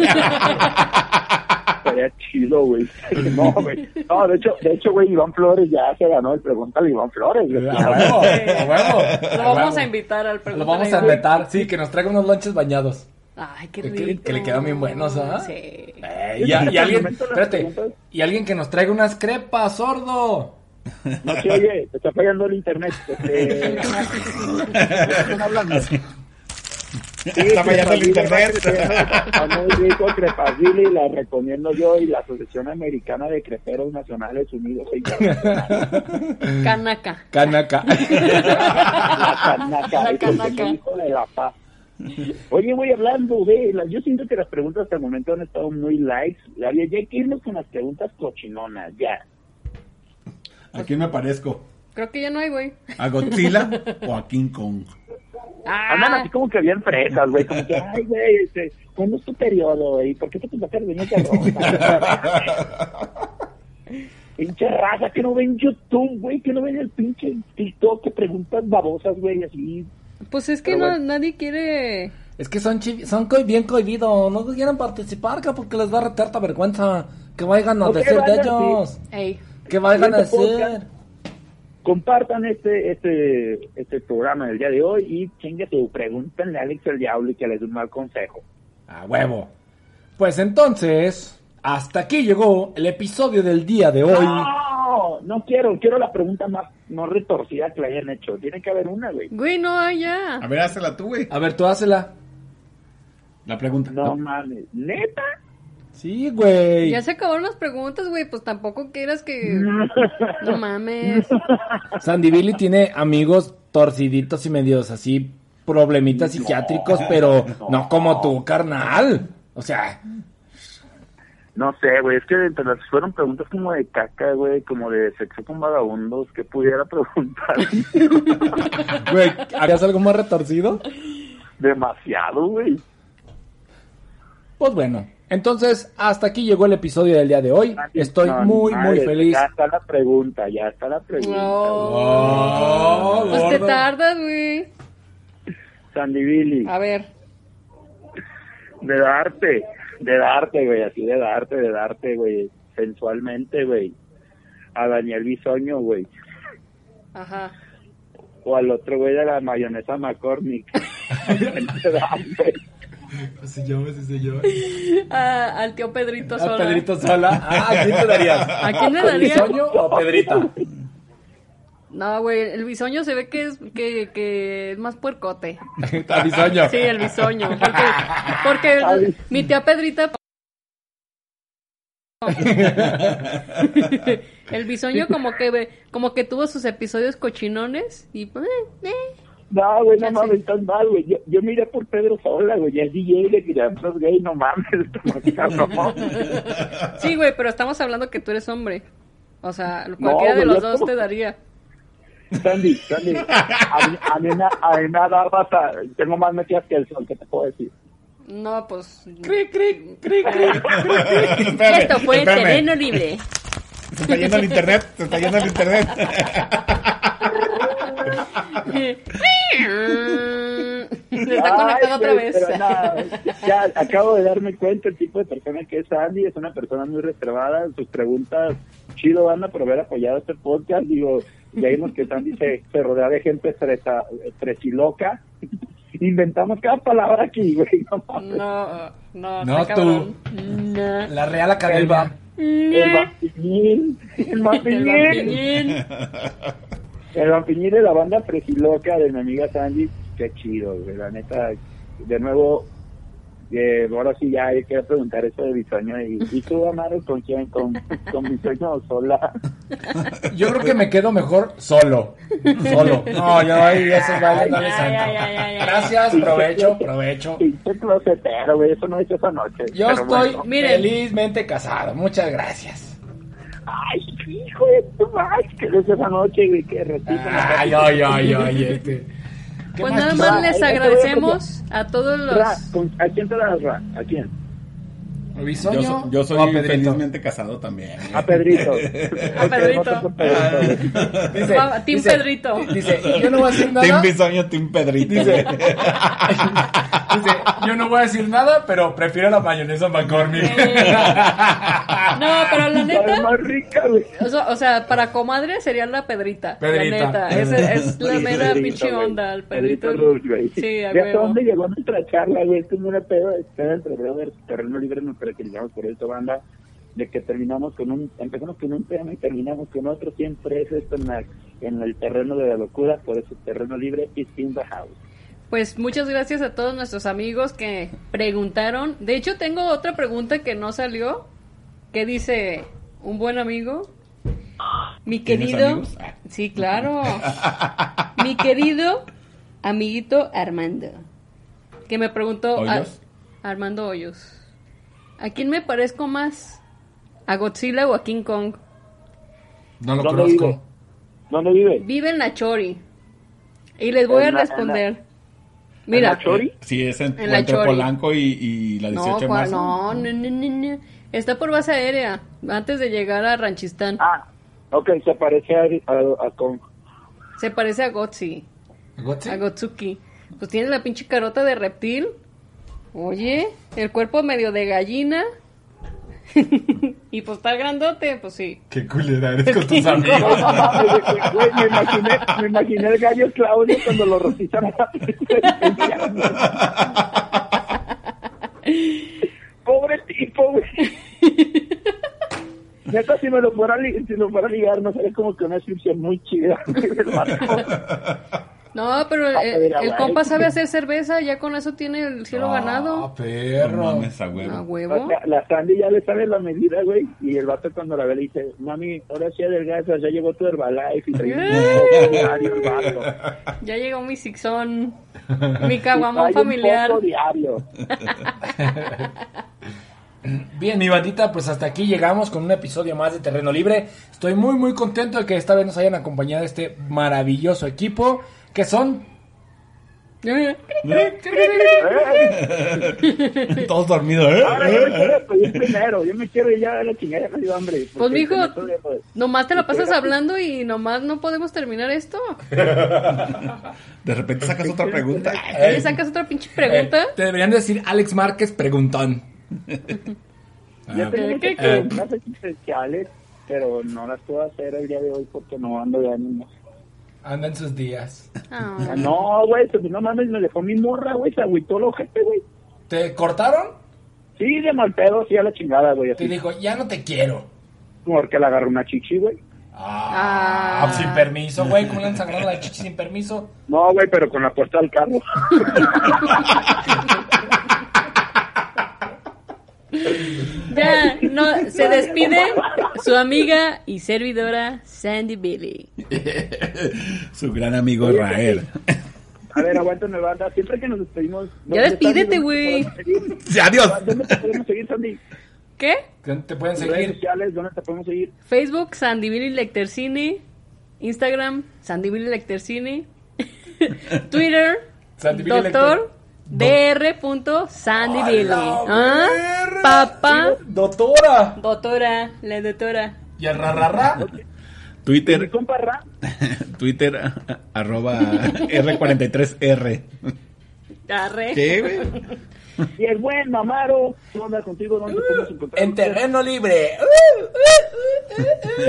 Speaker 4: Estaría chido, güey. No, güey. No, de hecho, de hecho, güey, Iván Flores ya se ganó el pregúntale a Iván Flores. güey.
Speaker 2: A huevo, a huevo,
Speaker 5: Lo
Speaker 2: a
Speaker 5: vamos
Speaker 2: huevo.
Speaker 5: a invitar al
Speaker 2: Lo
Speaker 5: preguntar.
Speaker 2: vamos a inventar, sí, que nos traiga unos lonches bañados.
Speaker 5: Ay, qué
Speaker 2: Que,
Speaker 5: rico.
Speaker 2: que- que le quedan bien buenos, ¿ah?
Speaker 5: Sí.
Speaker 2: Eh, y, a- y alguien, espérate, y alguien que nos traiga unas crepas, sordo.
Speaker 4: No se oye, te está fallando el internet. Este... ¿Están hablando? Sí,
Speaker 3: Está fallando el
Speaker 4: Crepaville,
Speaker 3: internet.
Speaker 4: Está muy rico Crepaville y la recomiendo yo y la Asociación Americana de Creperos Nacionales Unidos. y
Speaker 5: Canaca.
Speaker 2: Canaca.
Speaker 4: La canaca,
Speaker 5: La
Speaker 4: el que se
Speaker 5: canaca.
Speaker 4: hizo de la paz. Oye, voy hablando de las. Yo siento que las preguntas hasta el momento han estado muy likes. Había ya hay que irnos con las preguntas cochinonas, ya.
Speaker 3: ¿A quién me parezco?
Speaker 5: Creo que ya no hay, güey.
Speaker 3: ¿A Godzilla o a King Kong?
Speaker 4: Andan
Speaker 5: Ah,
Speaker 4: así como que bien fresas, güey. Como que, ay, güey, este, ¿cuándo es tu periodo, güey? ¿Por qué te pintaste el viñete rosa? pinche raza que no ven YouTube, güey, que no ven el pinche TikTok, que preguntas babosas, güey, así.
Speaker 5: pues es que
Speaker 4: Pero
Speaker 5: no,
Speaker 4: bueno.
Speaker 5: nadie quiere.
Speaker 2: Es que son, chi- son coi- bien cohibidos, no quieren participar, ca, porque les da retarta vergüenza. Que vayan a
Speaker 4: Ok,
Speaker 2: decir de
Speaker 4: vayan, sí.
Speaker 2: ellos.
Speaker 5: Ey.
Speaker 2: Que vayan a
Speaker 4: Siguiente podcast.
Speaker 2: decir.
Speaker 4: Compartan este, este, este programa del día de hoy y chingue tu, pregúntenle a Alex el Diablo y que les dé un mal consejo.
Speaker 2: A huevo. Pues entonces, hasta aquí llegó el episodio del día de hoy.
Speaker 4: No, no quiero, quiero la pregunta más, más retorcida que le hayan hecho. Tiene que haber una, güey.
Speaker 5: Güey, no hay ya.
Speaker 3: A ver, hazla tú, güey.
Speaker 2: A ver, tú hácela.
Speaker 3: La pregunta.
Speaker 4: No mames, neta.
Speaker 2: Sí, güey.
Speaker 5: Ya se acabaron las preguntas, güey. Pues tampoco quieras que. No mames.
Speaker 2: Sandy Billy tiene amigos torciditos y medios así, problemitas psiquiátricos, pero no, como tú, carnal. O sea,
Speaker 4: No sé, güey, es que entre las fueron preguntas como de caca, güey, como de sexo con vagabundos, que pudiera preguntar
Speaker 2: güey, ¿harías algo más retorcido?
Speaker 4: demasiado, güey.
Speaker 2: Pues bueno, entonces hasta aquí llegó el episodio del día de hoy. Estoy
Speaker 4: No,
Speaker 2: muy, muy
Speaker 4: madre,
Speaker 2: feliz.
Speaker 4: Ya está la pregunta, ya está la pregunta. güey.
Speaker 5: No.
Speaker 2: Oh,
Speaker 5: Pues te
Speaker 2: gordo.
Speaker 5: tardas, güey.
Speaker 4: Sandy Billy,
Speaker 5: A ver.
Speaker 4: de darte, de darte, güey, así de darte, de darte, güey, sensualmente, güey. A Daniel Bisoño, güey.
Speaker 5: Ajá.
Speaker 4: O al otro güey de la mayonesa McCormick. De darte.
Speaker 2: Pues
Speaker 5: A- Ah, al tío Pedrito
Speaker 2: A
Speaker 5: Sola.
Speaker 2: Pedrito Sola. Ah, ¿A quién te darías?
Speaker 5: ¿A quién le
Speaker 2: ¿Con
Speaker 5: daría?
Speaker 2: Bisoño o a Pedrita?
Speaker 5: No, güey. El bisoño se ve que es, que, que es más puercote.
Speaker 2: A Bisoño.
Speaker 5: Sí, el bisoño. Porque, porque
Speaker 4: Ay.
Speaker 5: mi tía Pedrita. El bisoño como que ve- como que tuvo sus episodios cochinones y pues, eh, eh.
Speaker 4: No, güey, no
Speaker 5: Ya sé.
Speaker 4: mames, estás mal, güey. Yo, yo miré por Pedro Sola, güey. Ya es DJ de criaturas gay, "Pues, no mames. está más cabrón.
Speaker 5: sí, güey, pero estamos hablando que tú eres hombre. O sea,
Speaker 4: No,
Speaker 5: cualquiera de
Speaker 4: güey,
Speaker 5: los
Speaker 4: yo
Speaker 5: dos
Speaker 4: como-
Speaker 5: te daría.
Speaker 4: Sandy, Sandy, a mí, a mí, me- a mí me ha dado hasta... Tengo más metidas que el sol, ¿qué te puedo decir?
Speaker 5: No, pues
Speaker 2: Cric, cric, cric, cric.
Speaker 3: Espérame,
Speaker 5: Esto fue
Speaker 3: espérame.
Speaker 5: terreno libre.
Speaker 3: Se está yendo el internet, se está yendo el internet.
Speaker 5: Se está
Speaker 4: Ay,
Speaker 5: conectando otra
Speaker 4: pero-
Speaker 5: vez.
Speaker 4: pero no, ya acabo de darme cuenta el tipo de persona que es Andy, es una persona muy reservada, sus preguntas chido banda por haber apoyado este podcast, digo, ya vimos que Sandy se, se rodea de gente estresa, estresiloca, inventamos cada palabra aquí, güey, no mames.
Speaker 5: No, no,
Speaker 2: No,
Speaker 5: está
Speaker 2: tú.
Speaker 5: cabrón. No.
Speaker 2: La Real Academia.
Speaker 4: el vampiñín, el
Speaker 5: El
Speaker 4: vampiñín,
Speaker 5: vampiñín.
Speaker 4: el vampiñín de la banda presiloca de mi amiga Sandy, qué chido, güey, la neta, de nuevo, eh, ahora sí ya hay que preguntar eso de bisoño, y, ¿y tú, Amaro, con quién, con, con bisoño o sola?
Speaker 2: Yo creo que me quedo mejor solo. Solo. No, yo ahí eso vale, dale
Speaker 5: Ay,
Speaker 2: santo.
Speaker 5: ay, ay, ay, ay.
Speaker 2: Gracias, provecho, provecho.
Speaker 4: Pinche closetero, güey, eso no es esa noche.
Speaker 2: Yo
Speaker 4: Pero
Speaker 2: estoy
Speaker 4: bueno.
Speaker 5: Miren.
Speaker 2: felizmente casado. Muchas gracias.
Speaker 4: Ay, hijo de tu madre, que no es esa noche, güey, que repito.
Speaker 2: Ay, ay, ay, ay. este. ¿Qué
Speaker 5: Pues
Speaker 2: más
Speaker 5: nada
Speaker 2: quisiera?
Speaker 5: más les agradecemos a todos
Speaker 4: Ra,
Speaker 5: los.
Speaker 4: ¿con- ¿A quién te das ra? ¿A quién?
Speaker 2: ¿Bisoño
Speaker 3: Yo, so- yo soy
Speaker 2: o a Oh, Pedrito? Ah,
Speaker 3: felizmente casado también.
Speaker 4: A Pedrito.
Speaker 5: A Ah, Pedrito.
Speaker 4: Porque no te- Pedrito, güey.
Speaker 5: Va- Team Pedrito.
Speaker 2: Dice, yo no voy a decir
Speaker 3: Team
Speaker 2: nada.
Speaker 3: Bisoño, Team Pedrito.
Speaker 2: Dice,
Speaker 3: güey.
Speaker 2: dice, yo no voy a decir nada, pero prefiero la mayonesa McCormick.
Speaker 5: Eh, No, pero la
Speaker 4: La
Speaker 5: neta.
Speaker 4: más rica, güey.
Speaker 5: O sea, o sea, para comadre sería la pedrita.
Speaker 2: Pedrita.
Speaker 5: La neta. Es, es la
Speaker 4: Sí,
Speaker 5: mera
Speaker 4: Pedrito,
Speaker 5: pinche
Speaker 4: güey.
Speaker 5: onda. El pedrito.
Speaker 4: Ruiz, güey.
Speaker 5: Sí, a
Speaker 4: ¿Ve hasta
Speaker 5: huevo.
Speaker 4: dónde llegó nuestra charla, güey? Es como una pedo de estar entre brothers, terreno libre, nos caracterizamos por esto, banda, de que terminamos con un, empezamos con un tema y terminamos con otro, siempre es esto en, la- en el terreno de la locura, por eso terreno libre is in the house.
Speaker 5: Pues muchas gracias a todos nuestros amigos que preguntaron. De hecho, tengo otra pregunta que no salió, que dice un buen amigo, mi
Speaker 3: ¿Tienes
Speaker 5: querido,
Speaker 3: amigos? Ah.
Speaker 5: sí, claro, mi querido amiguito Armando, que me preguntó, a-
Speaker 3: ¿Hoyos?
Speaker 5: Armando Hoyos, ¿a quién me parezco más? ¿A Godzilla o a King Kong?
Speaker 2: No lo
Speaker 4: ¿Dónde vive?
Speaker 2: conozco.
Speaker 4: ¿Dónde vive?
Speaker 5: Vive en la Chori y les voy a
Speaker 4: En la- en la-
Speaker 5: responder. Mira,
Speaker 4: la Chori?
Speaker 3: Sí, es en-
Speaker 5: En la
Speaker 3: entre
Speaker 5: Chori.
Speaker 3: Polanco y, y la 18 de
Speaker 5: cua-
Speaker 3: marzo.
Speaker 5: No, no, no, no, no. Está por base aérea, antes de llegar a Ranchistán.
Speaker 4: Ah, ok, se parece a, a, a con...
Speaker 5: Se parece a Gotsi,
Speaker 2: ¿Gotzi?
Speaker 5: a Gotsuki. Pues tiene la pinche carota de reptil. Oye, el cuerpo medio de gallina. y pues está grandote, pues sí.
Speaker 2: Qué culera eres con tus amigos.
Speaker 4: Güey, me imaginé, me imaginé el gallo Claudio cuando lo rostizan a la Pobre tipo, güey. Neta, si me lo fuera a, li- si lo fuera a ligar, no sería como que una descripción muy chida. güey, del barco.
Speaker 5: No, pero el,
Speaker 4: Ah, mira,
Speaker 5: el
Speaker 4: güey.
Speaker 5: compa sabe hacer cerveza, ya con eso tiene el cielo ganado.
Speaker 2: Ah, perro.
Speaker 3: No mames, a huevo.
Speaker 5: A
Speaker 4: O
Speaker 5: huevo.
Speaker 4: sea, la Sandy ya le sabe la medida, güey. Y el vato cuando la ve le dice, mami, ahora sí adelgaza, ya llegó tu Herbalife y traía un diario el vato.
Speaker 5: Ya llegó mi Sixón, mi
Speaker 4: Trae
Speaker 5: caguamón
Speaker 4: un
Speaker 5: familiar.
Speaker 4: poco diario.
Speaker 2: Bien, mi bandita, pues hasta aquí llegamos con un episodio más de Terreno Libre. Estoy muy, muy contento de que esta vez nos hayan acompañado este maravilloso equipo, que son...
Speaker 3: Todos dormidos. ¿eh?
Speaker 4: Ahora yo me quiero despedir primero, yo me quiero ir ya a la chingada, me dio hambre.
Speaker 5: Pues,
Speaker 4: porque
Speaker 5: mijo,
Speaker 4: con esto de- pues,
Speaker 5: Nomás te la pasas hablando y nomás no podemos terminar esto.
Speaker 2: Eh.
Speaker 3: De repente sacas otra pregunta.
Speaker 5: ¿Le sacas otra pinche pregunta?
Speaker 2: Eh, te deberían decir Alex Márquez Preguntón.
Speaker 4: Yo tengo
Speaker 5: ¿qué,
Speaker 4: muchas
Speaker 5: qué?
Speaker 4: preguntas existenciales, pero no las puedo hacer el día de hoy porque no ando de ánimo.
Speaker 2: Anda en sus días.
Speaker 5: Ah,
Speaker 4: No, güey, pues, no mames, me dejó mi morra, güey, se agüitó el ojete, güey.
Speaker 2: ¿Te cortaron?
Speaker 4: Sí, de mal pedo, sí, a la chingada, güey,
Speaker 2: Te
Speaker 4: así.
Speaker 2: dijo, ya no te quiero.
Speaker 4: Porque le agarró una chichi, güey.
Speaker 2: Ah,
Speaker 5: Ah.
Speaker 2: sin permiso, güey, ¿cómo le han sangrado la chichi sin permiso?
Speaker 4: No, güey, pero con la puerta del carro.
Speaker 5: Ya, no, se despide su amiga y servidora Sandy Billy.
Speaker 3: Su gran amigo Rael.
Speaker 4: A ver, aguántame, banda, siempre que nos despedimos...
Speaker 5: Ya
Speaker 4: ¿dónde están?
Speaker 5: despídete,
Speaker 4: ¿Dónde
Speaker 5: güey.
Speaker 4: te podemos seguir?
Speaker 3: Sí, adiós.
Speaker 4: ¿Dónde te podemos seguir, Sandy?
Speaker 5: ¿Qué?
Speaker 2: ¿Te pueden
Speaker 4: Redes
Speaker 2: seguir?
Speaker 4: sociales, ¿dónde te podemos seguir?
Speaker 5: Facebook Sandy Billy Lectercini, Instagram Sandy Billy Lectercini, Twitter
Speaker 2: Sandy Billy
Speaker 5: Doctor Dr. Sandy Billy. ¿Ah?
Speaker 2: verga!
Speaker 5: Papá,
Speaker 2: Doctora.
Speaker 5: doctora, la doctora.
Speaker 2: Y al rararra.
Speaker 4: Mi
Speaker 3: Twitter,
Speaker 4: compa Ram,
Speaker 3: Twitter, a- arroba R43R.
Speaker 5: Arre.
Speaker 3: ¿Qué, güey?
Speaker 4: y el buen Mamaro, ¿qué onda contigo? ¿Dónde te podemos encontrar?
Speaker 2: En terreno libre.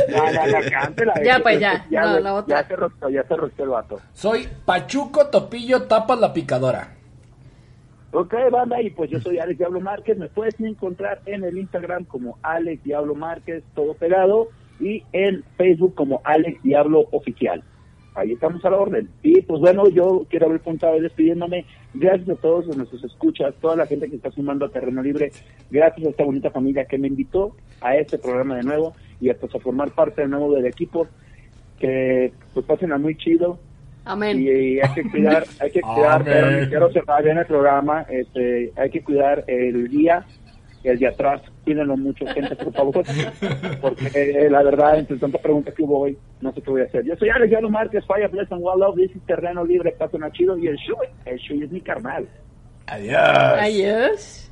Speaker 4: Ya, ya, ya, cántela, eh.
Speaker 5: Ya, pues, ya. No,
Speaker 4: güey,
Speaker 5: la otra.
Speaker 4: Ya se rostó, ya se rostó el vato.
Speaker 2: Soy Pachuco Topillo Tapas la Picadora.
Speaker 4: Ok, banda, y pues yo soy Alex Diablo Márquez. Me puedes encontrar en el Instagram como Alex Diablo Márquez, todo pegado, y en Facebook como Alex Diablo Oficial. Ahí estamos a la orden. Y pues bueno, yo quiero haber contado despidiéndome. Gracias a todos nuestros escuchas, toda la gente que está sumando a Terreno Libre. Gracias a esta bonita familia que me invitó a este programa de nuevo y hasta a formar parte de nuevo del equipo. Que pues pasen a muy chido,
Speaker 5: Amén.
Speaker 4: y, y hay que cuidar, hay que cuidar,
Speaker 2: Amén.
Speaker 4: pero les quiero cerrar bien el programa, este, hay que cuidar el día, el de atrás, cuídenlo mucho, gente, por favor, porque eh, la verdad, entre tantas preguntas que hubo hoy, no sé qué voy a hacer. Yo soy Alex Yalo Márquez, Fire, Bless and Wild Love, this is Terreno Libre, Paso Chido, y el Shui, el Shui es mi carnal.
Speaker 3: Adiós.
Speaker 5: Adiós.